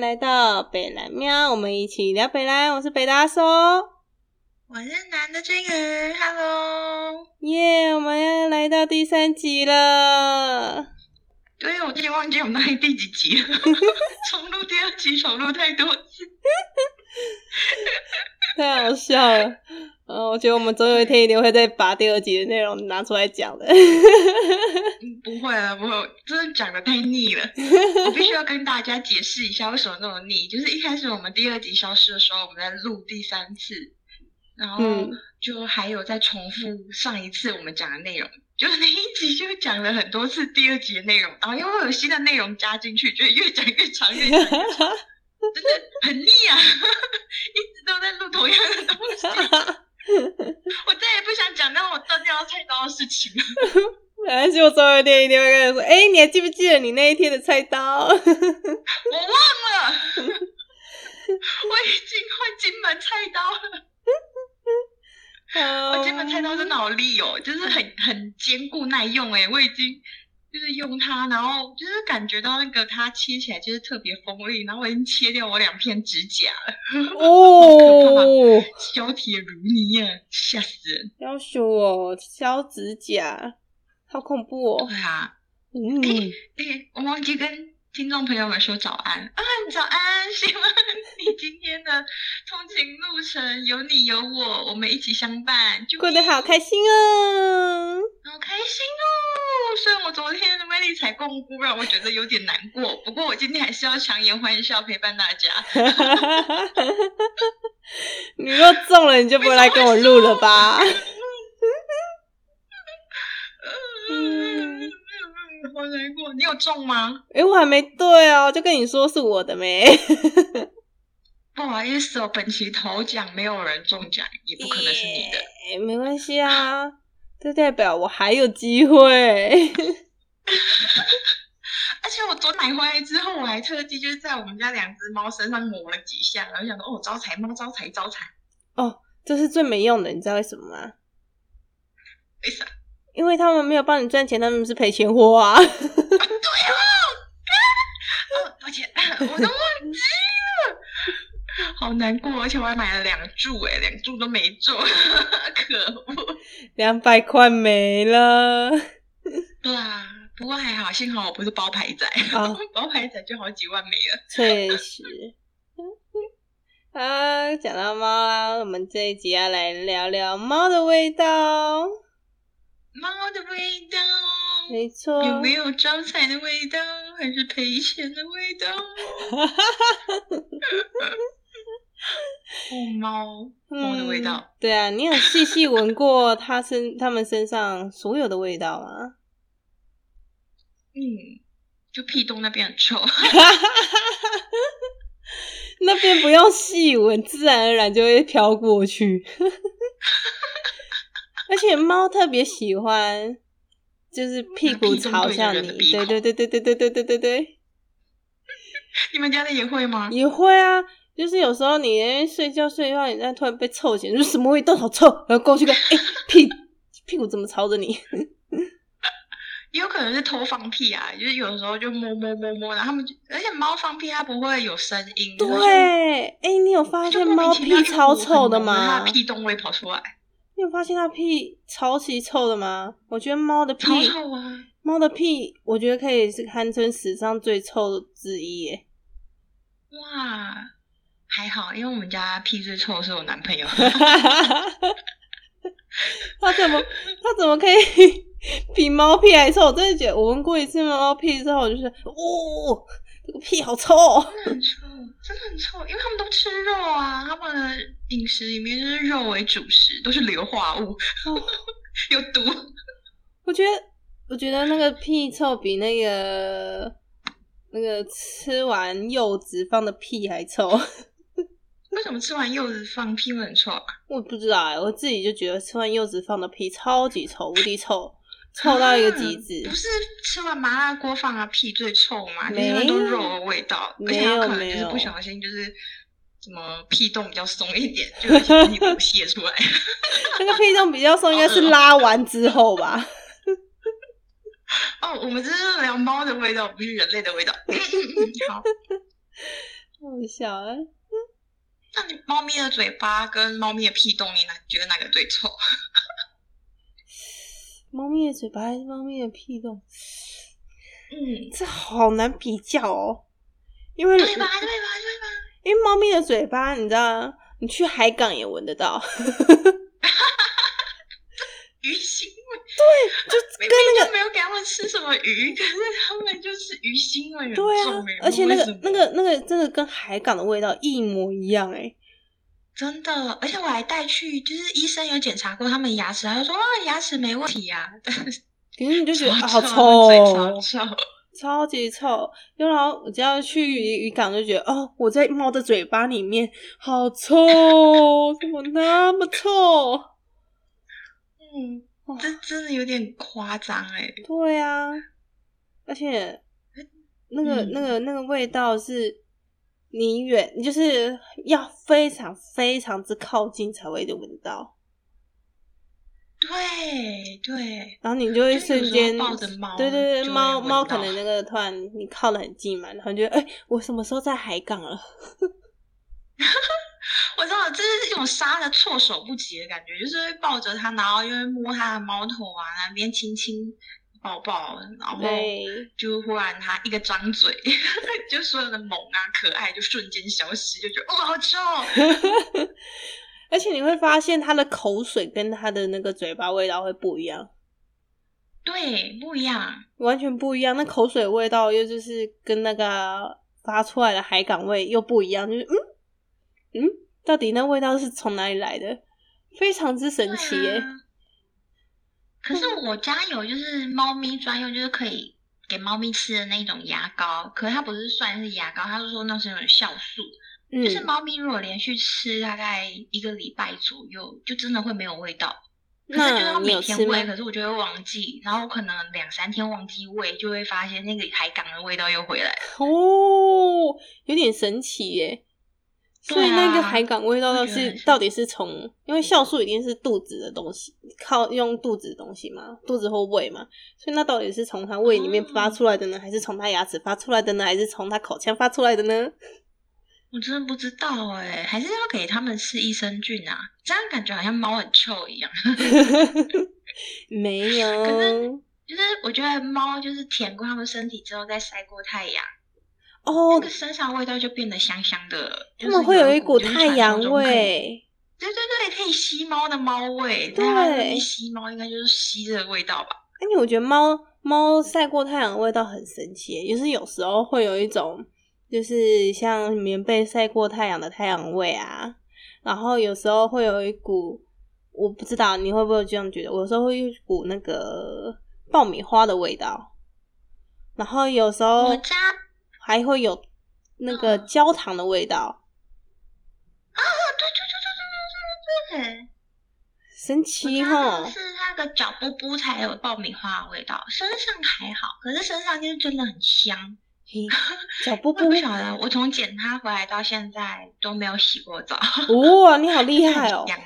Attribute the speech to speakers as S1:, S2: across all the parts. S1: 来到北蓝喵，我们一起聊北蓝。我是北大叔，
S2: 我是男的金鱼，Hello。
S1: 耶、我们要来到第三集了。
S2: 对，我自己忘记我们到底第几集了，重录第二集，重录太多次。
S1: 太好笑了。嗯，我觉得我们总有一天一定会再把第二集的内容拿出来讲的。
S2: 嗯不会了，不会，真的讲的太腻了。我必须要跟大家解释一下为什么那么腻，就是一开始我们第二集消失的时候，我们在录第三次，然后
S1: 嗯
S2: 就还有在重复上一次我们讲的内容。就那一集就讲了很多次第二集的内容，然后又会有新的内容加进去，就越讲越长，越讲真的很腻啊！一直都在录同样的东西，我再也不想讲让我断掉菜刀的事情了。
S1: 而且我总有一天一定会跟你说，哎、你还记不记得你那一天的菜刀？
S2: 我忘了，我已经换金门菜刀了。我
S1: 我
S2: 金门哦菜刀真的好利哦，就是很很坚固耐用哎，我已经。就是用它，然后就是感觉到那个它切起来就是特别锋利，然后我已经切掉我两片指甲了，
S1: 哦，
S2: 削铁如泥啊，吓死人！
S1: 要修哦，削指甲，好恐怖哦
S2: 对。啊，
S1: 嗯，
S2: 对，哎我忘记跟听众朋友们说早安啊，早安！ 希望你今天的通勤路程有你有我，我们一起相伴，就
S1: 过得好开心哦。
S2: 好开心哦！虽然我昨天的威力采共菇让我觉得有点难过， 不过我今天还是要强颜欢笑陪伴大家。嗯
S1: 你若中了，你就不会来跟我录了 吧？嗯
S2: 嗯，好难过，你有中吗？
S1: 诶、我还没对哦，就跟你说是我的没。
S2: 不好意思哦，本期头奖没有人中奖，也不可能是你的。
S1: 诶没关系啊，这代表我还有机会。
S2: 而且我昨天买回来之后，我还特地就是在我们家两只猫身上抹了几下，然后想说哦，招财猫，招财，招财。
S1: 这是最没用的，你知道为什么吗？
S2: 为啥？
S1: 因为他们没有帮你赚钱，他们是赔钱货啊。
S2: 哦，而且 我都忘记了，好难过。而且我还买了两注，哎，两注都没中， 可恶。
S1: 两百块没了。
S2: 对啊，不过还好，幸好我不是包牌仔，
S1: 哦
S2: 包牌仔就好几万没了。
S1: 确实。啊，讲到猫啦，我们这一集要来聊聊猫的味道。
S2: 猫的味道。
S1: 没错，
S2: 有没有招财的味道，还是赔钱的味道？ 哦，猫，猫的味
S1: 嗯
S2: 道。
S1: 对啊，你有细细闻过它身、它们身上所有的味道吗？
S2: 嗯，就屁洞那边很臭。
S1: 那边不用细闻，自然而然就会飘过去。 而且猫特别喜欢，就是屁股朝向
S2: 那
S1: 你
S2: 个屁，
S1: 对
S2: 股
S1: 对
S2: 对
S1: 对对对对对对对对，
S2: 你们家的也会吗？
S1: 也会啊。就是有时候你在那边睡觉睡觉，你那突然被臭醒，就是什么味道好臭，然后过去看，哎、屁屁股怎么朝着你？
S2: 也有可能是偷放屁啊，就是有时候就摸摸摸摸，然后他们就，而且猫放屁它不会有声音，
S1: 对，
S2: 然后
S1: 哎、你有发
S2: 就，就
S1: 现
S2: 莫
S1: 猫
S2: 名其妙
S1: 屁
S2: 就
S1: 超
S2: 闻很
S1: 臭的
S2: 浓它
S1: 吗？
S2: 的屁洞会跑出来，
S1: 你有发现它屁超级臭的吗？我觉得猫的屁
S2: 超臭啊！
S1: 猫的屁，我觉得可以是堪称史上最臭的之一耶。
S2: 哇，还好，因为我们家屁最臭的是我男朋友。
S1: 它怎么它怎么可以比猫屁还臭？我真的觉得我闻过一次猫屁之后，我就是哦，这个屁好臭哦、
S2: 真的很臭，真的很臭，因为他们都吃肉啊，他们的饮食里面就是肉为主食，都是硫化物，
S1: 哦
S2: 有毒。
S1: 我觉得我觉得那个屁臭比那个那个吃完柚子放的屁还臭。
S2: 为什么吃完柚子放屁会很臭啊？
S1: 我不知道哎、我自己就觉得吃完柚子放的屁超级臭，无敌臭，臭到一个极致
S2: 啊。不是吃完麻辣锅放的屁最臭吗？
S1: 没有
S2: 就是那种肉的味道，而
S1: 没
S2: 且
S1: 有
S2: 它可能就是
S1: 没有
S2: 不小心就是什么屁洞比较松一点，就会把屁 股泄出来。
S1: 那个屁中比较松，应该是拉完之后吧。
S2: 嗯哦，我们这是聊猫的味道，不是人类的味道。好，
S1: 好笑啊！
S2: 那你猫咪的嘴巴跟猫咪的屁洞，你哪觉得哪个最臭？啊
S1: 猫咪的嘴巴还是猫咪的屁洞，
S2: 嗯，
S1: 这好难比较哦。因为
S2: 对吧？对吧？对吧？
S1: 因为猫咪的嘴巴，你知道，你去海港也闻得 到，
S2: 鱼腥味，
S1: 就
S2: 明明
S1: 跟那
S2: 就没有给他们吃什么鱼，可是他们就是鱼腥味很
S1: 个对
S2: 重
S1: 啊
S2: 哎、，
S1: 而且那
S2: 为
S1: 个
S2: 什么
S1: 那个那个真的跟海港的味道一模一样哎。
S2: 真的，而且我还带去，就是医生有检查过他们牙齿，他就说啊牙齿没问题呀、啊，
S1: 可是你就觉得啊
S2: 超
S1: 好
S2: 臭，
S1: 臭
S2: 嘴
S1: 哦
S2: 超，臭，
S1: 超级臭。然后我只要去渔渔港就觉得哦，我在猫的嘴巴里面好臭哦，怎么那么臭？
S2: 嗯
S1: 哇，
S2: 这真的有点夸张哎，
S1: 对啊，而且那个、
S2: 嗯
S1: 那个那个味道是你远，你就是要非常非常之靠近才会闻到，
S2: 对对，
S1: 然后你就会
S2: 就是有
S1: 瞬
S2: 时候
S1: 间
S2: 抱着猫
S1: 对对对，
S2: 就会
S1: 猫
S2: 闻
S1: 猫
S2: 到
S1: 可能那个突然你靠得很近嘛，然后你觉得哎、我什么时候在海港了？
S2: 我知道这是一种杀的措手不及的感觉，就是会抱着它，然后又会摸它的猫头啊，那边亲亲抱抱，然后
S1: 对，
S2: 就忽然它一个张嘴， 就所有的萌啊可爱就瞬间消失，就觉得哦好臭，
S1: 而且你会发现它的口水跟它的那个嘴巴味道会不一样，
S2: 对，不一样。
S1: 完全不一样。那口水味道又就是跟那个发出来的海港味又不一样，就是嗯嗯，到底那味道是从哪里来的？非常之神奇
S2: 对
S1: 耶、
S2: 啊可是我家有就是猫咪专用，就是可以给猫咪吃的那种牙膏，可是它不是算是牙膏，它是说那是有酵素，就是
S1: 嗯
S2: 猫咪如果连续吃大概一个礼拜左右，就真的会没有味道。可是就是
S1: 那
S2: 要
S1: 你
S2: 每
S1: 有
S2: 天
S1: 吃吗
S2: 喂，可是我就会忘记，然后可能两三天忘记喂，就会发现那个海港的味道又回来。
S1: 哦，有点神奇耶、所
S2: 对
S1: 以那个
S2: 啊
S1: 海港味道
S2: 我
S1: 到
S2: 觉得
S1: 是
S2: 很神
S1: 到底是从，因为酵素一定是肚子的东西，靠用肚子的东西嘛，肚子或胃嘛，所以那到底是从它胃里面发
S2: 哦
S1: 出来的呢，还是从它牙齿发出来的呢，还是从它口腔发出来的呢？
S2: 我真的不知道哎、还是要给它们吃益生菌啊，这样感觉好像猫很臭一样。
S1: 没有，
S2: 可是就是我觉得猫就是舔过它们身体之后，再晒过太阳，那
S1: 哦
S2: 个，身上味道就变得香香的了。
S1: 他
S2: 就是
S1: 们会有一
S2: 一
S1: 股
S2: 就是
S1: 太
S2: 传
S1: 阳
S2: 说中可以
S1: 味，哎
S2: 对对对，可以吸猫的猫味，
S1: 对
S2: 那它一吸猫应该就是吸这个味道吧？
S1: 而且我觉得猫猫晒过太阳的味道很神奇耶，就是有时候会有一种，就是像棉被晒过太阳的太阳味啊，然后有时候会有一股，我不知道你会不会这样觉得，我有时候会有一股那个爆米花的味道，然后有时候
S2: 我家啊，
S1: 还会有那个
S2: 嗯
S1: 焦糖的味道，
S2: 对对对对对对对对。
S1: 神
S2: 我
S1: 奇
S2: 家
S1: 哈
S2: 的！是那个脚布布才有爆米花的味道，身上还好，可是身上就是真的很香。
S1: 嘿小布
S2: 我
S1: 布
S2: 也，不晓得，我从捡它回来到现在都没有洗过澡，
S1: 哇、你好厉害哦
S2: 很！香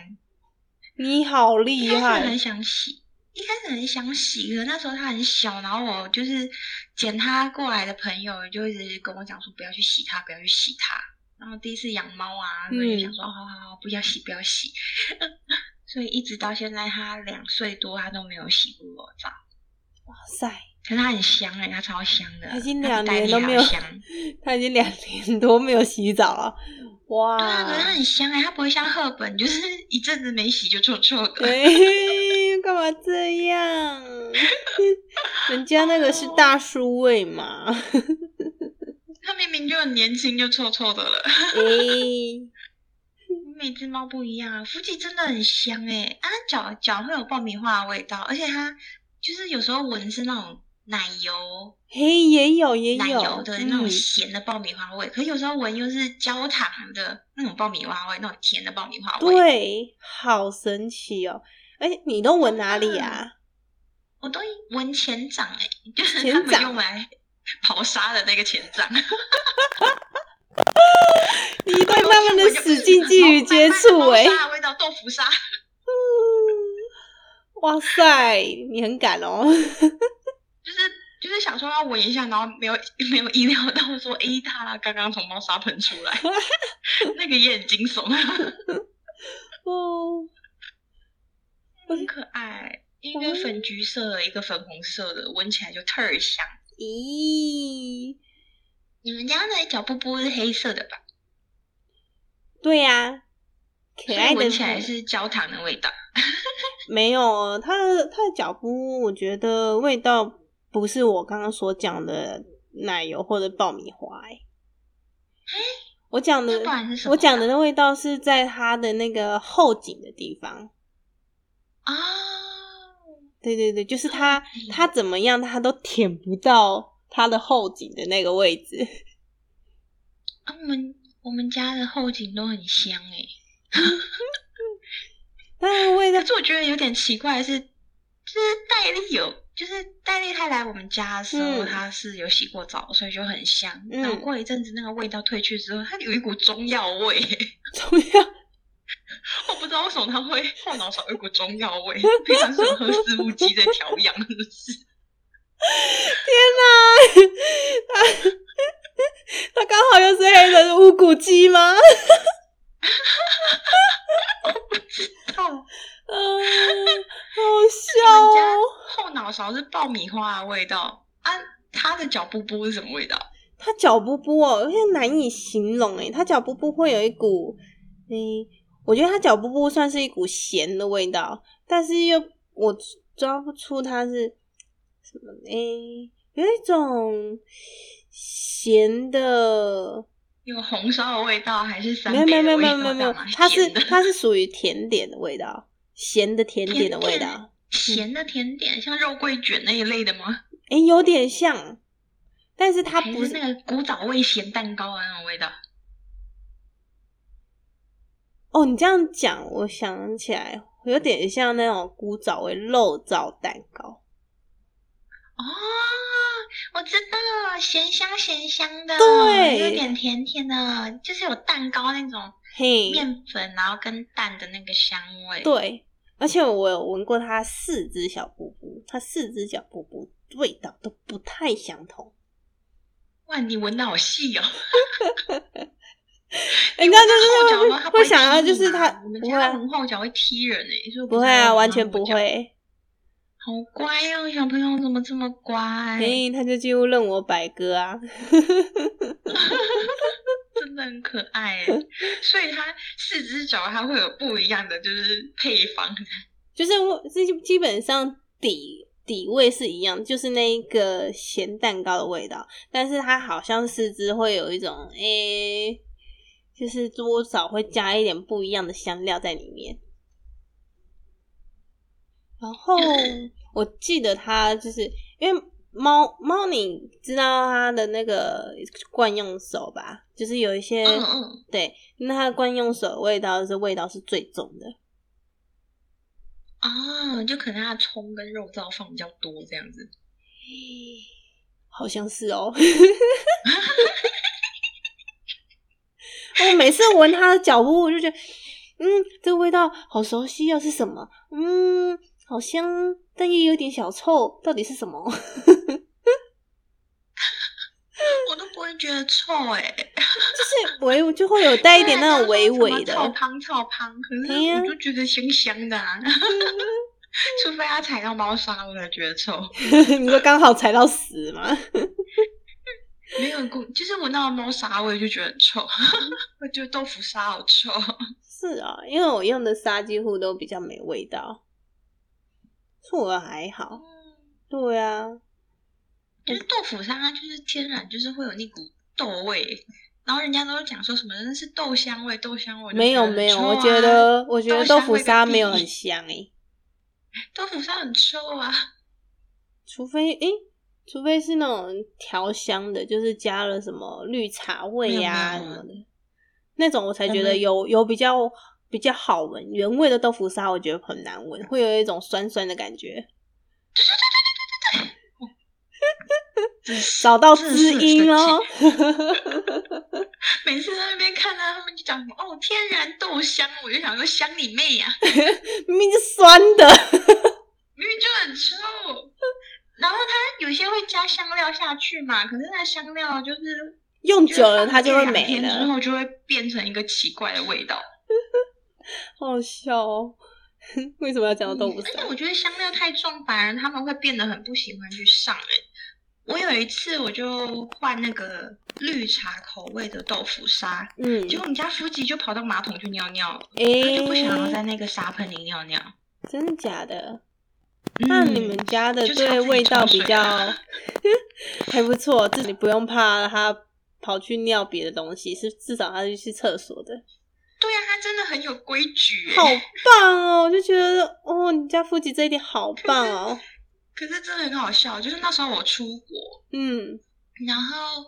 S1: 你好
S2: 一
S1: 厉
S2: 开始
S1: 害
S2: 很！想洗，一开始很想洗，可是那时候它很小，然后我就是捡它过来的朋友就一直跟我讲说不要去洗它，不要去洗它。然后第一次养猫啊，所以就想
S1: 嗯
S2: 说、好好好，不要洗，不要洗。 所以一直到现在它两岁多，它都没有洗过澡。
S1: 哇塞，
S2: 可是它很香哎、它超香的，
S1: 它已经
S2: 它
S1: 两
S2: 比黛
S1: 年
S2: 丽
S1: 都
S2: 还
S1: 没
S2: 要
S1: 有
S2: 香。，
S1: 它已经两年多没有洗澡了，哇！
S2: 对啊，可是它很香哎、它不会像赫本，就是一阵子没洗就臭臭的。
S1: 哎，干嘛这样？人家那个是
S2: 哦
S1: 大叔味嘛，
S2: 它明明就很年轻就臭臭的了。
S1: 哎、
S2: 每只猫不一样啊，福吉真的很香哎、欸，啊脚脚会有爆米花的味道，而且它就是有时候闻是那种奶油
S1: 嘿，也有也
S2: 奶油
S1: 有
S2: 的
S1: 嗯
S2: 那种咸的爆米花味，可是有时候闻又是焦糖的那种爆米花味，那种甜的爆米花味。，
S1: 对，好神奇哦！而且你都闻哪里啊？
S2: 我都闻前掌哎、就是
S1: 前
S2: 他们
S1: 掌
S2: 用来 刨沙的那个前掌，
S1: 你
S2: 嗯
S1: 对他们的使劲距离接触哎、
S2: 豆腐沙的味道豆腐沙。
S1: 嗯哇塞，你很敢哦！
S2: 就是就是就是想说要闻一下，然后没有没有意料到说，诶，他刚刚从猫砂盆出来，那个也很惊悚，
S1: 哦，
S2: 很可爱，一个粉橘色的，一个粉红色的，闻起来就特儿香。
S1: 咦，
S2: 你们家的小布布是黑色的吧？
S1: 对呀、可
S2: 所
S1: 爱
S2: 以
S1: 的
S2: 闻起来是焦糖的味道。
S1: 没有哦，它的它的脚布，我觉得味道不是我刚刚所讲的奶油或者爆米花、欸。我讲
S2: 啊那
S1: 的
S2: 不然是什么味
S1: 我
S2: 道？
S1: 讲的那味道是在它的那个后颈的地方。
S2: 啊，
S1: 对对对，就是它
S2: 后颈
S1: 它怎么样，它都舔不到它的后颈的那个位置。
S2: 啊我们我们家的后颈都很香诶、
S1: 那个味道
S2: 可是我觉得有点奇怪的是，就是戴丽有，就是戴丽她来我们家的时候，
S1: 嗯
S2: 她是有洗过澡，所以就很香。
S1: 嗯
S2: 然后过一阵子那个味道退去之后，它有一股中药味，
S1: 重要，
S2: 我不知道为什么它会后脑勺有一股中药 味，平常是有喝四物鸡在调养，是不是？
S1: 天哪！它它刚好又是黑人乌骨鸡 吗？
S2: 哦，
S1: 嗯，
S2: 你
S1: 好
S2: 们
S1: 笑、
S2: 家
S1: 哦。
S2: 后脑勺是爆米花的味道啊，它的脚布布是什么味道？
S1: 它脚布布哦，有点难以形容诶，它脚布布会有一股，嗯，我觉得它脚布布算是一股咸的味道，但是又我抓不出它是什么，诶，有一种咸的，
S2: 有红烧的味道还是三
S1: 没有没有
S2: 杯
S1: 没
S2: 的味
S1: 有
S2: 道？
S1: 没有没有没有
S2: 干嘛，
S1: 它是嗯
S2: 咸的
S1: 它是属于甜点的味道，咸的甜点的味
S2: 甜点
S1: 道，
S2: 咸的甜点，像肉桂卷那一类的吗？
S1: 诶，有点像，但是它
S2: 还
S1: 不
S2: 是
S1: 是
S2: 哦那个古早味咸蛋糕的啊那种味道。
S1: 哦，你这样讲，我想起来，有点像那种古早味肉燥蛋糕。
S2: 哦，我知道，咸香咸香的，
S1: 对
S2: 有点甜甜的，就是有蛋糕那种
S1: 嘿，
S2: 面粉，然后跟蛋的那个香味。，
S1: 对，而且我有闻过它四只小布布，它四只小布布味道都不太相同。
S2: 哇，你闻的好细哦。
S1: 哎，那
S2: 后
S1: 就是
S2: 脚吗？它不
S1: 会
S2: 会
S1: 想要，
S2: 踢
S1: 就是
S2: 你吗
S1: 它
S2: 我们
S1: 不会
S2: 家
S1: 啊
S2: 闻后脚会踢人诶、所以我
S1: 不
S2: 知
S1: 会
S2: 道
S1: 啊，
S2: 我
S1: 完
S2: 妈
S1: 全
S2: 后
S1: 不
S2: 脚。
S1: 会。
S2: 好乖哦，小朋友怎么这么乖？
S1: 嘿，它就几乎任我摆歌啊。
S2: 真的很可 爱欸，所以它四只脚它会有不一样的就是配方，
S1: 就是我这就基本上底底味是一样，就是那一个咸蛋糕的味道，但是它好像四肢会有一种诶、就是多少会加一点不一样的香料在里面。然后我记得它就是因为猫猫，你知道它的那个惯用手吧？就是有一些、
S2: 嗯嗯，
S1: 对，那它的惯用手的味道是味道是最重的。
S2: 啊，就可能它的葱跟肉燥放比较多这样子，
S1: 好像是哦。 我每次闻他的脚步，我就觉得，嗯，这个味道好熟悉哦，是什么？嗯，好香，但也有点小臭，到底是什么？
S2: 我都不会觉得臭啊哎、
S1: 就是微，就会有带一点那种微微
S2: 臭
S1: 的，
S2: 胖臭胖，可是
S1: 哎呀
S2: 我就觉得香香的、啊，除非它踩到猫砂我才觉得臭，
S1: 你说刚好踩到死吗？
S2: 没有过，就是闻到猫砂味就觉得很臭， 我觉得豆腐砂好臭，
S1: 是啊，因为我用的沙几乎都比较没味道，醋儿还好。对啊，
S2: 就是豆腐沙，它就是天然就是会有那股豆味，然后人家都讲说什么那是豆香味，豆香味、
S1: 没有没有，我觉
S2: 觉得很臭啊
S1: 得我觉得
S2: 豆
S1: 豆
S2: 香
S1: 腐
S2: 味跟
S1: 沙没有
S2: 地
S1: 很香欸诶、
S2: 豆腐沙很臭啊，
S1: 除非诶、除非是那种调香的，就是加了什么绿茶味呀、
S2: 没有
S1: 什
S2: 没有
S1: 么的，那种我才觉
S2: 我
S1: 得
S2: 们
S1: 有有比较比较好闻。原味的豆腐沙我觉得很难闻，会有一种酸酸的感觉。
S2: 真是
S1: 找到
S2: 真的是
S1: 知
S2: 很
S1: 音
S2: 生
S1: 哦，
S2: 每次在那边看到他们就讲什么哦天然豆香，我就想说香你妹呀、
S1: 明明是酸的，
S2: 明明就很臭。然后它有些会加加香料下去嘛，可是那香料就是
S1: 用久了它
S2: 就
S1: 就是会
S2: 放一
S1: 没
S2: 天两天之
S1: 了，
S2: 后就会变成一个奇怪的味道。
S1: 好笑哦。 为什么要讲到豆腐
S2: 嗯而且
S1: 渣？
S2: 我觉得香料太重，反而他们会变得很不喜欢去上哎、我有一次我就换那个绿茶口味的豆腐沙，
S1: 嗯，
S2: 结果我们家夫吉就跑到马桶去尿尿了，他就不想要
S1: 诶，
S2: 在那个沙盆里尿尿。
S1: 真的假的？那
S2: 嗯
S1: 你们家的
S2: 就差自
S1: 对
S2: 己
S1: 味道
S2: 冲
S1: 比
S2: 水啊
S1: 较
S2: 了
S1: 还不错，自己不用怕它跑去尿别的东西，是至少它是去厕所的，
S2: 对呀、他真的很有规矩、欸。
S1: 好棒哦！我就觉得哦，你家夫吉这一点好 棒哦。
S2: 可是真的很好笑，就是那时候我出国，
S1: 嗯，
S2: 然后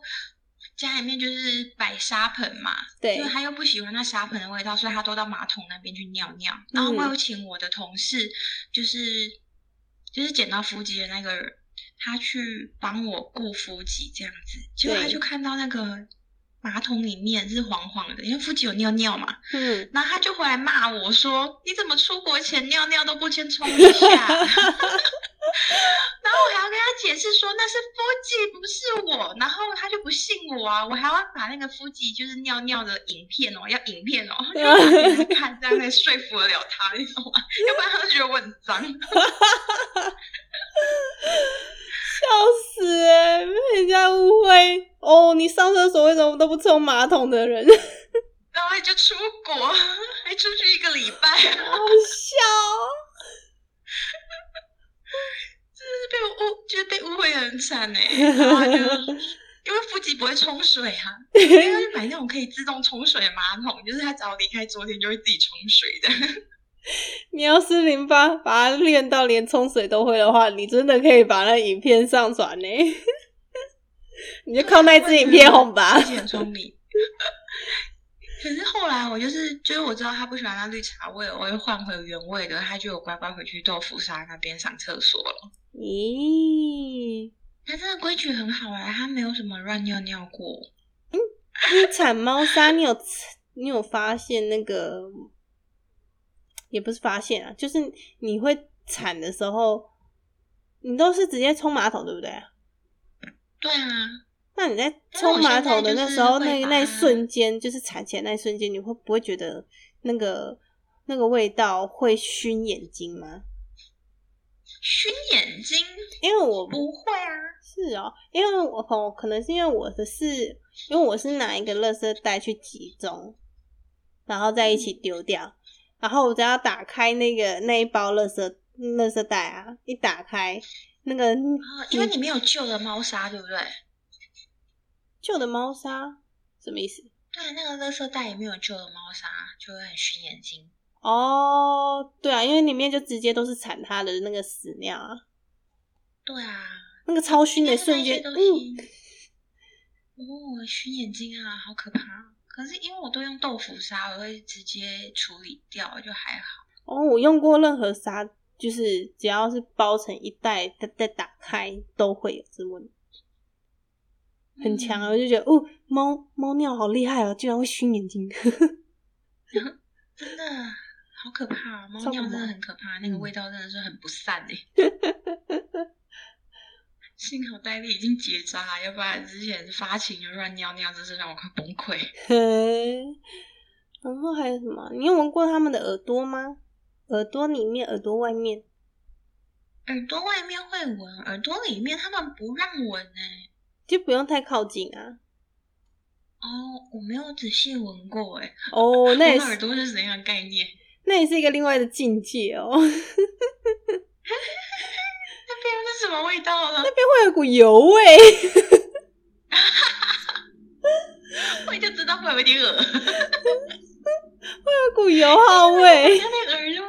S2: 家里面就是摆沙盆嘛，
S1: 对
S2: 因为，他又不喜欢那沙盆的味道，所以他都到马桶那边去尿尿。然后我
S1: 嗯
S2: 有请我的同事，就是就是捡到腹肌的那个人，他去帮我顾腹肌这样子，结果他
S1: 对
S2: 就看到那个马桶里面是黄黄的，因为腹肌有尿尿嘛，
S1: 嗯，
S2: 然后他就回来骂我说：“你怎么出国前尿尿都不先冲一下？” 然后我还要跟他解释说那是夫吉，不是我。然后他就不信我啊，我还要把那个夫吉就是尿尿的影片哦，要影片哦，就要拿给他看，这样才说服得了他，你知道吗？要不然他就觉得我很脏。
S1: 笑死哎、
S2: 欸
S1: 被人家误会哦。你上厕所为什么都不冲马桶的人？ 好
S2: 然后他就出国，还出去一个礼拜，真的
S1: 笑
S2: 是被我误，就是被误会得很惨哎、然后他就因为夫吉不会冲水啊，
S1: 哦
S2: 因为买那种可以自动冲水的马桶，就是它只要离开昨天就会自己冲水的。
S1: 你要是淋巴把它练到连冲水都会的话，你真的可以把那影片上传呢、 你就靠那支影片红吧
S2: 而。且很聪明。可是后来我就是，就是我知道他不喜欢那绿茶味，我又换回原味的，他就有乖乖回去豆腐沙那边上厕所了。
S1: 咦，
S2: 他真的规矩很好啊，他没有什么乱尿尿过。
S1: 你铲猫砂，你有你有发现那个？也不是发现啊，就是你会铲的时候，你都是直接冲马桶，对不对啊？
S2: 对啊，
S1: 那你在冲马桶的那时候，
S2: 但是我现在就
S1: 那
S2: 是会把它
S1: 那一瞬间，就是产前那一瞬间，你会不会觉得那个那个味道会熏眼睛吗？
S2: 熏眼睛
S1: 因为我
S2: 不会啊，
S1: 是哦，因为我哦，可能是因为我的是，因为我是拿一个垃圾袋去集中，然后再一起丢掉，然后我只要打开那个那一包垃圾垃圾袋啊，一打开那个
S2: 啊因为你没有旧的猫砂，对不对？
S1: 旧的猫砂，什么意思？
S2: 对，啊那个垃圾袋里面有旧的猫砂，就会很熏眼睛。
S1: 哦，对啊，因为里面就直接都是产它的那个屎尿啊，
S2: 对啊，
S1: 那个超
S2: 因
S1: 熏
S2: 为
S1: 的
S2: 那
S1: 瞬
S2: 些
S1: 间，
S2: 东
S1: 嗯，
S2: 西，哦，熏眼睛啊，好可怕！可是因为我都用豆腐砂，我会直接处理掉，就还好。
S1: 哦，我用过任何砂，就是只要是包成一袋，再再打开都会有这问题，很强啊！我
S2: 嗯
S1: 就觉得，哦，猫猫尿好厉害哦，居然会熏眼睛，
S2: 真的好可怕、哦猫
S1: 超
S2: 尿
S1: 恐
S2: 真的
S1: 怖
S2: 很可怕，那个
S1: 嗯
S2: 味道真的是很不散哎、 幸好戴笠已经结扎了，要不然之前发情就乱尿尿，真是让我快崩溃。
S1: 然后还有什么？啊你有闻过它们的耳朵吗？耳朵里面，耳朵外面，
S2: 耳朵外面会闻，耳朵里面他们不让闻哎、
S1: 就不用太靠近啊。
S2: 哦，我没有仔细闻过哎、
S1: 哦，那也
S2: 闻耳
S1: 是，
S2: 朵是怎样的概念？
S1: 那也是一个另外的境界哦。
S2: 那边是什么味道呢？
S1: 会有股油味，
S2: 我就知道会有一点恶，
S1: 有股油耗 味，
S2: 有点耳朵。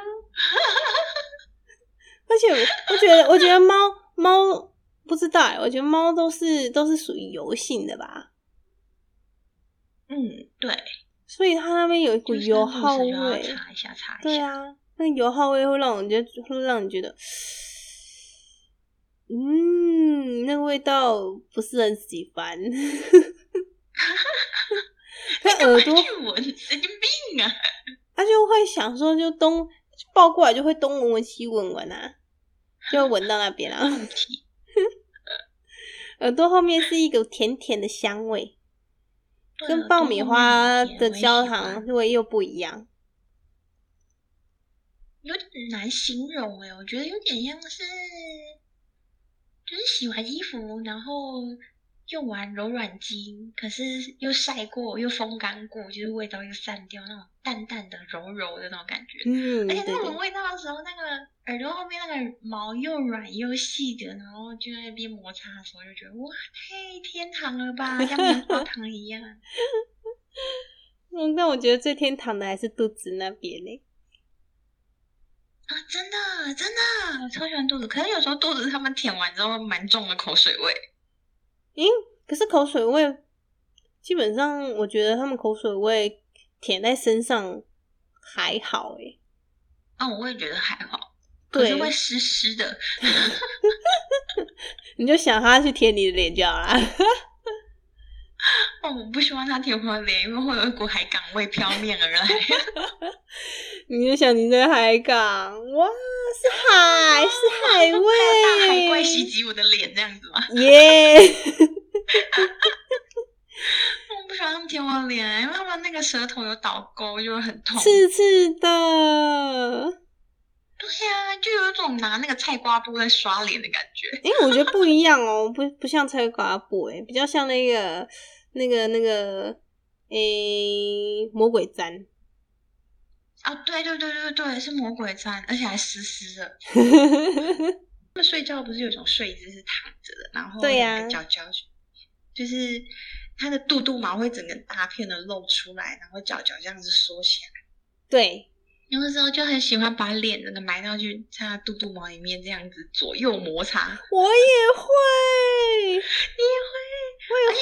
S1: 而且我我觉得，我觉得猫猫不知道哎、我觉得猫都是都是属于油性的吧，
S2: 嗯，对，
S1: 所以它那边哎有一股
S2: 就是
S1: 油
S2: 当
S1: 耗
S2: 主食就要
S1: 味，
S2: 查一下，查一下。
S1: 对，啊，那油耗味会让我觉得会让你觉得，嗯，那个味道不是很喜 欢。可耳朵
S2: 去闻，神经病啊！
S1: 他就会想说，就东就抱过来就会东闻闻西闻闻啊，就会闻到那边啊。
S2: 体
S1: 耳朵后面是一股甜甜的香味，
S2: 嗯
S1: 跟爆米花的焦糖味又不一样。
S2: 有点难形容哎、我觉得有点像是，就是洗完衣服，然后用完柔软巾，可是又晒过，又风干过，就是味道又散掉，那种淡淡的、柔柔的那种感觉。
S1: 嗯，
S2: 而且哎
S1: 对
S2: 那
S1: 对
S2: 种味道的时候，那个耳朵后面那个毛又软又细的，然后就在那边摩擦的时候，就觉得哇，太天堂了吧，像棉花糖一样。 啊
S1: 嗯，但我觉得最天堂的还是肚子那边嘞。
S2: 啊，真的真的，我超喜欢肚子。可是有时候肚子他们舔完之后蛮重的口水味，
S1: 可是口水味，基本上我觉得他们口水味舔在身上还好诶、
S2: 啊，我也觉得还好，可
S1: 对
S2: 是，会湿湿的。
S1: 你就想他去舔你的脸就好啦。
S2: 哦，我不希望它舔我的脸，因为会有一股海港味飘面而 来。
S1: 你就想你在海港，哇，是海，是海味，
S2: 哦大海怪袭击我的脸这样子吗？
S1: 耶
S2: 我不喜欢他们舔我的脸，因为他们那个舌头有倒钩，就会很痛。
S1: 刺刺的。
S2: 对呀、就有一种拿那个菜瓜布在刷脸的感觉。
S1: 因为我觉得不一样哦，不不像菜瓜布诶、比较像那个那个那个诶、魔鬼毡。
S2: 啊，对对对对对，是魔鬼毡，而且还湿湿的。他们 睡觉不是有一种睡姿是躺着的，然后
S1: 对呀
S2: 两个脚脚就是它的肚肚毛会整个大片的露出来，然后脚脚这样子缩起来。
S1: 对，
S2: 有的时候就很喜欢把脸真的埋到去它的肚肚毛里面，这样子左右摩擦。
S1: 我也会，
S2: 你也会？
S1: 我也会。哎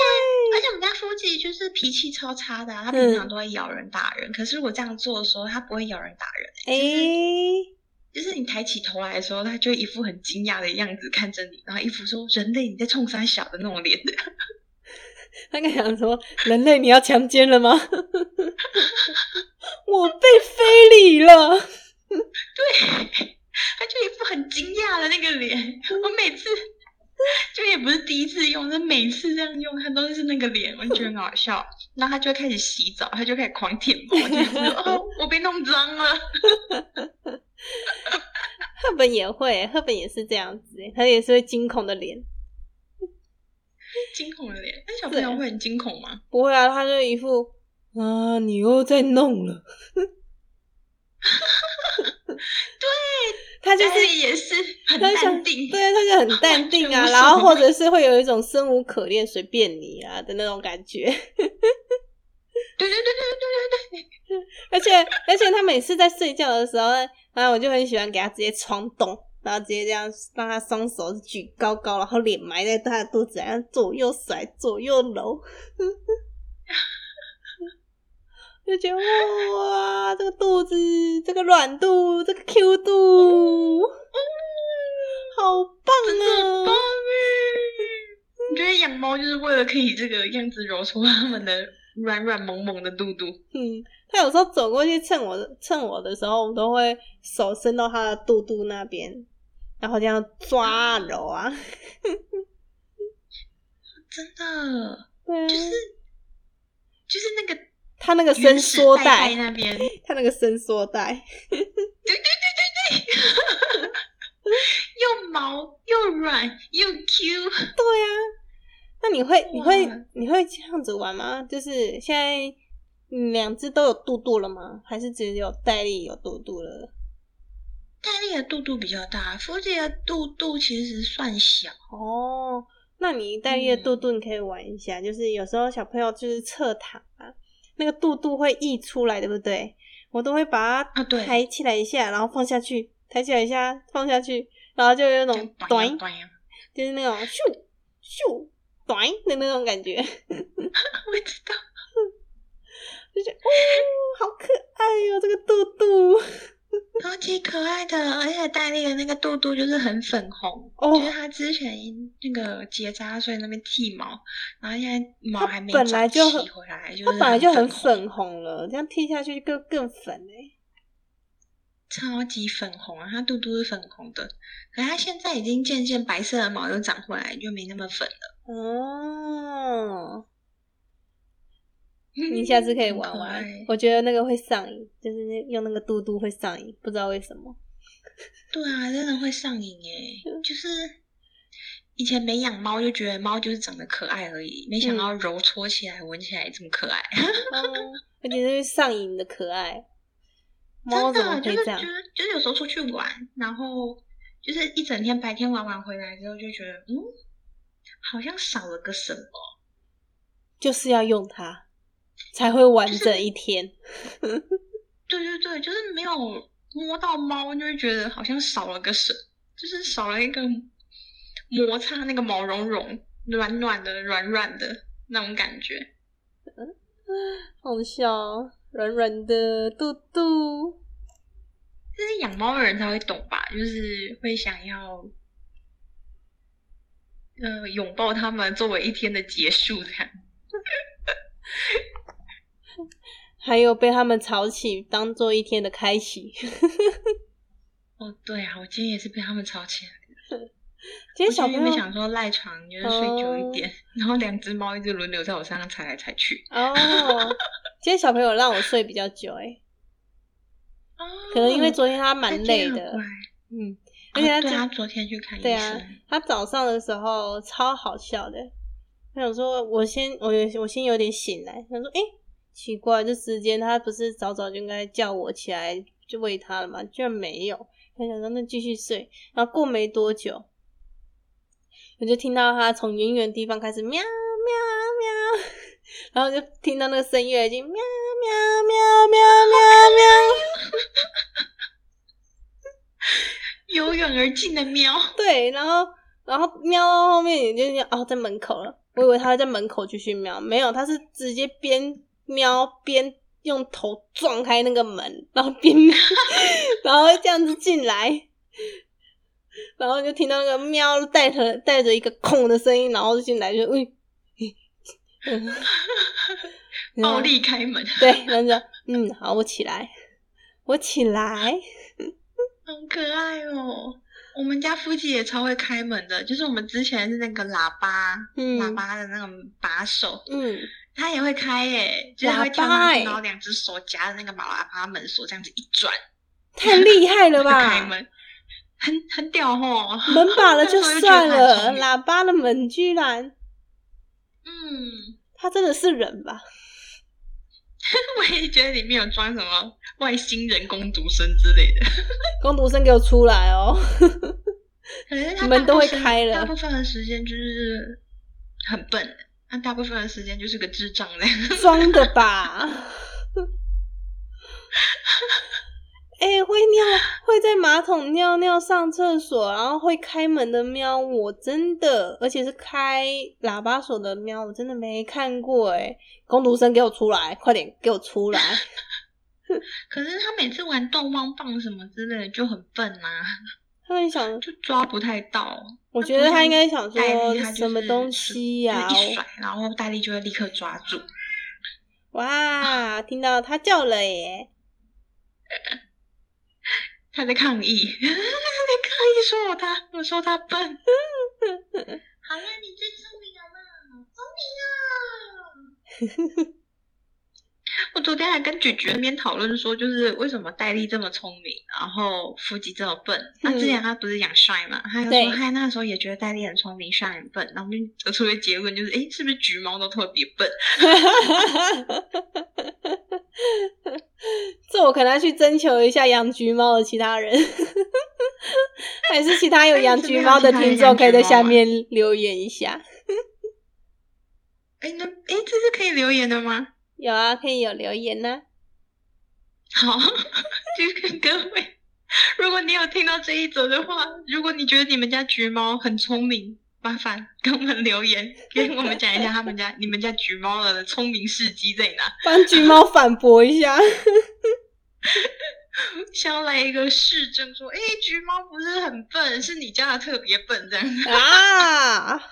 S2: 而且我们家夫子就是脾气超差的、啊，他
S1: 嗯
S2: 平常都会咬人打人，可是我这样做的时候，他不会咬人打人、
S1: 哎、
S2: 就是你抬起头来的时候，他就一副很惊讶的样子看着你，然后一副说“人类你在冲三小”的那种脸。
S1: 他刚想说，人类你要强奸了吗？ 我被非礼了。
S2: 他就一副很惊讶的那个脸。
S1: 嗯
S2: 我每 次就也不是第一次用，是每次这样用，他都是那个脸，我就觉得很好笑。然后他就会开始洗澡，他就开始狂舔毛，我就觉 得哦，我被弄脏了。
S1: 赫本也会，赫本也是这样子，他也是会惊恐的脸。
S2: 惊恐的脸，那小朋友会很惊恐吗？
S1: 不会啊，他就一副啊，你又在弄 了。对，他就
S2: 艾
S1: 是
S2: 莉哎也是很
S1: 他就想
S2: 淡定，
S1: 对，他就很淡定啊，
S2: 完全无所谓
S1: 然后或者 是会有一种生无可恋，随便你啊的那种感觉。
S2: 对对对对对
S1: 而且而且他每次在睡觉的时候，然后我就很喜欢给他直接床咚，然后直接这样让他双手举高高，然后脸埋在他的肚子，然后左右甩左右揉， 就觉得哇，这个肚子，这个软肚，这个 Q 度，好棒
S2: 对对，
S1: 啊！
S2: 你觉得养猫就是为了可以这个样子揉出它们的软软萌萌的肚肚？
S1: 嗯，他有时候走过去蹭我的蹭我的时候，我都会手伸到他的肚肚那边，然后这样抓啊揉啊。
S2: 真的，
S1: 对啊，
S2: 就是就是那个
S1: 他那个伸
S2: 原始
S1: 缩
S2: 带
S1: 带，
S2: 那边。
S1: 他那个伸缩带，
S2: 又毛又软又 Q，
S1: 那你会你会
S2: 哇
S1: 你会这样子玩吗？就是现在你两只都有肚肚了吗？还是只有戴丽有肚肚了？
S2: 但那个肚肚比较大，夫子的肚肚其实算小。
S1: 哦，那你戴丽的
S2: 嗯
S1: 肚肚你可以玩一下，就是有时候小朋友就是侧躺啊，那个肚肚会溢出来，对不对？我都会把它
S2: 啊对
S1: 抬起来一下，然后放下去，抬起来一下，放下去，然后就有那
S2: 这样短
S1: 种短
S2: 呀，短呀
S1: 就是那种咻咻短的那种感觉，
S2: 我知道。
S1: 就觉得哦，好可爱哦，这个肚肚
S2: 超级可爱的，而且戴丽的那个肚肚就是很粉红，
S1: 哦
S2: 就是她之前那个结扎，所以那边剃毛，然后现在毛
S1: 它
S2: 还没
S1: 本来
S2: 长
S1: 就
S2: 齐
S1: 很
S2: 回来，就是
S1: 它本来就很
S2: 粉红。
S1: 粉红了，这样剃下去就更更粉哎、
S2: 超级粉红啊，它嘟嘟是粉红的，可是它现在已经渐渐白色的毛又长回来，就没那么粉了。
S1: 哦，你下次可以
S2: 很
S1: 玩
S2: 可
S1: 玩
S2: 爱，
S1: 我觉得那个会上瘾，就是那用那个嘟嘟会上瘾，不知道为什么。
S2: 对啊，真的会上瘾
S1: 嗯
S2: 诶，就是以前没养猫就觉得猫就是长得可爱而已，没想到揉搓起来、闻起来这么可爱。
S1: 嗯，而且是上瘾的可爱。猫怎
S2: 真
S1: 么
S2: 的，就
S1: 会
S2: 是
S1: 这
S2: 就
S1: 样？
S2: 是就是有时候出去玩，然后就是一整天白天玩完回来之后，就觉得嗯，好像少了个什么。
S1: 就是要用它才会完整一天。
S2: 对对对，就是没有摸到猫，就会觉得好像少了个什，就是少了一个摩擦那个毛茸茸、软软的、软软的那种感觉。
S1: 好笑哦，软软的肚肚。
S2: 就是养猫的人才会懂吧，就是会想要，呃，拥抱它们作为一天的结束这样。
S1: 还有被他们吵起，当做一天的开启。
S2: 哦，对啊，我今天也是被他们吵起来。
S1: 今天
S2: 我
S1: 小
S2: 就
S1: 朋
S2: 原本
S1: 友
S2: 想说赖床，就是睡久一点， 然后两只猫一直轮流在我身上踩来踩去。
S1: 哦， 今天小朋友让我睡比较久、欸，
S2: 哦，
S1: 可能因为昨天他蛮累
S2: 那今天
S1: 的
S2: 很乖，
S1: 嗯，
S2: 而
S1: 而且
S2: 且他、哦
S1: 他今
S2: 对他昨天去看医
S1: 对啊
S2: 生，，
S1: 他早上的时候超好笑的。他想说，我先我有我先有点醒来，他说，诶、奇怪，这时间他不是早早就应该叫我起来就喂他了吗？居然没有。他想说那继续睡，然后过没多久，我就听到他从远远的地方开始喵喵喵， 然后就听到那个声音越来越近，喵喵喵喵喵喵。
S2: 由远而近的 喵。
S1: 对，然后然后喵到后面也就是哦，在门口了。我以为它会在门口继续喵，没有，它是直接边喵边用头撞开那个门，然后边喵， 然后这样子进来，然后就听到那个喵带着带着一个空的声音，然后就进来就嗯，嗯然后
S2: 暴力开门，
S1: 嗯 对，然后就嗯，好，我起来，我起来，
S2: 好可爱哦！我们家夫妻也超会开门的，就是我们之前是那个喇叭，
S1: 嗯
S2: 喇叭的那种把手，
S1: 嗯，
S2: 他也会开耶，就是他会跳
S1: 喇叭
S2: 上
S1: 欸
S2: 去，然后两只手夹着那个马喇叭门锁，这样子一转
S1: 太厉害了
S2: 就
S1: 吧！
S2: 开门，很很屌哦吼！
S1: 门把了就
S2: 那
S1: 算
S2: 时候
S1: 了，
S2: 就觉得很聪明
S1: 喇叭的门居然，
S2: 嗯，
S1: 他真的是人吧？
S2: 我也觉得里面有装什么外星人工读生之类的，
S1: 工读生给我出来哦！
S2: 可是他
S1: 门
S2: 大
S1: 都
S2: 部
S1: 会
S2: 分
S1: 开了
S2: 大部分的时间就是很笨，那大部分的时间就是个智障的。
S1: 装的吧？哎、会尿，会在马桶尿尿、上厕所，然后会开门的喵，我真的，而且是开喇叭锁的喵，我真的没看过哎、工读生给我出来，快点给我出来！
S2: 可是他每次玩逗猫棒什么之类的就很笨啊，
S1: 他们想，
S2: 就抓不太到。
S1: 我觉得他应该想
S2: 戴
S1: 说
S2: 笠他就是
S1: 什么东西呀、
S2: 就是一甩，然后戴笠就会立刻抓住。
S1: 哇，听到他叫了耶！
S2: 他在抗议，他在抗议说我他，我说他笨。好了，你最聪明了嘛，聪明啊！我昨天还跟卷卷那边讨论说，就是为什么戴笠这么聪明，然后夫吉这么笨。那、之前他不是养帅嘛，他就
S1: 对
S2: 说他那时候也觉得戴笠很聪明，帅很笨。然后我们就得出一个结论，就是诶，是不是橘猫都特别笨？
S1: 这我可能要去征求一下养橘猫的其他人，还是其他有养橘猫的听众可以在下面留言一下。
S2: 诶，哎那诶，这是可以留言的吗？
S1: 有啊，可以有留言呐、
S2: 好，就跟 各位，如果你有听到这一则的话，如果你觉得你们家橘猫很聪明，麻烦跟我们留言，跟我们讲一下他们家、你们家橘猫的聪明事迹在哪。
S1: 帮橘猫反驳一下。
S2: 嗯想要来一个市政说，哎，橘猫不是很笨，是你家的特别笨这样。
S1: 啊！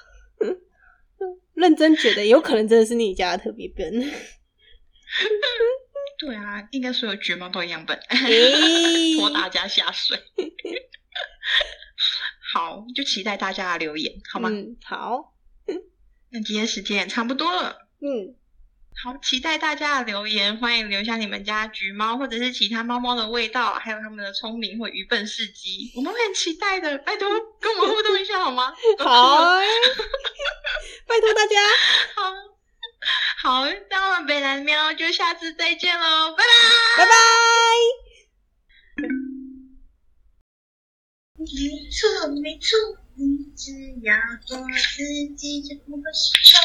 S1: 认真觉得有可能真的是你家的特别笨。
S2: 对啊，应该所有橘猫都一样笨，
S1: 诶
S2: 拖大家下水。 好，就期待大家的留言，好吗？
S1: 嗯，好，
S2: 那今天时间也差不多了。
S1: 嗯，
S2: 好，期待大家的留言，欢迎留下你们家橘猫或者是其他猫猫的味道，还有它们的聪明或愚笨事迹，我们会很期待的。拜托，跟我们互动一下好吗？ 都哭了
S1: 好， 拜托大家，
S2: 好，那我们北南喵就下次再见喽，拜拜。
S1: 拜拜。
S2: 没错，没错，你只要做自己，就不会是丑。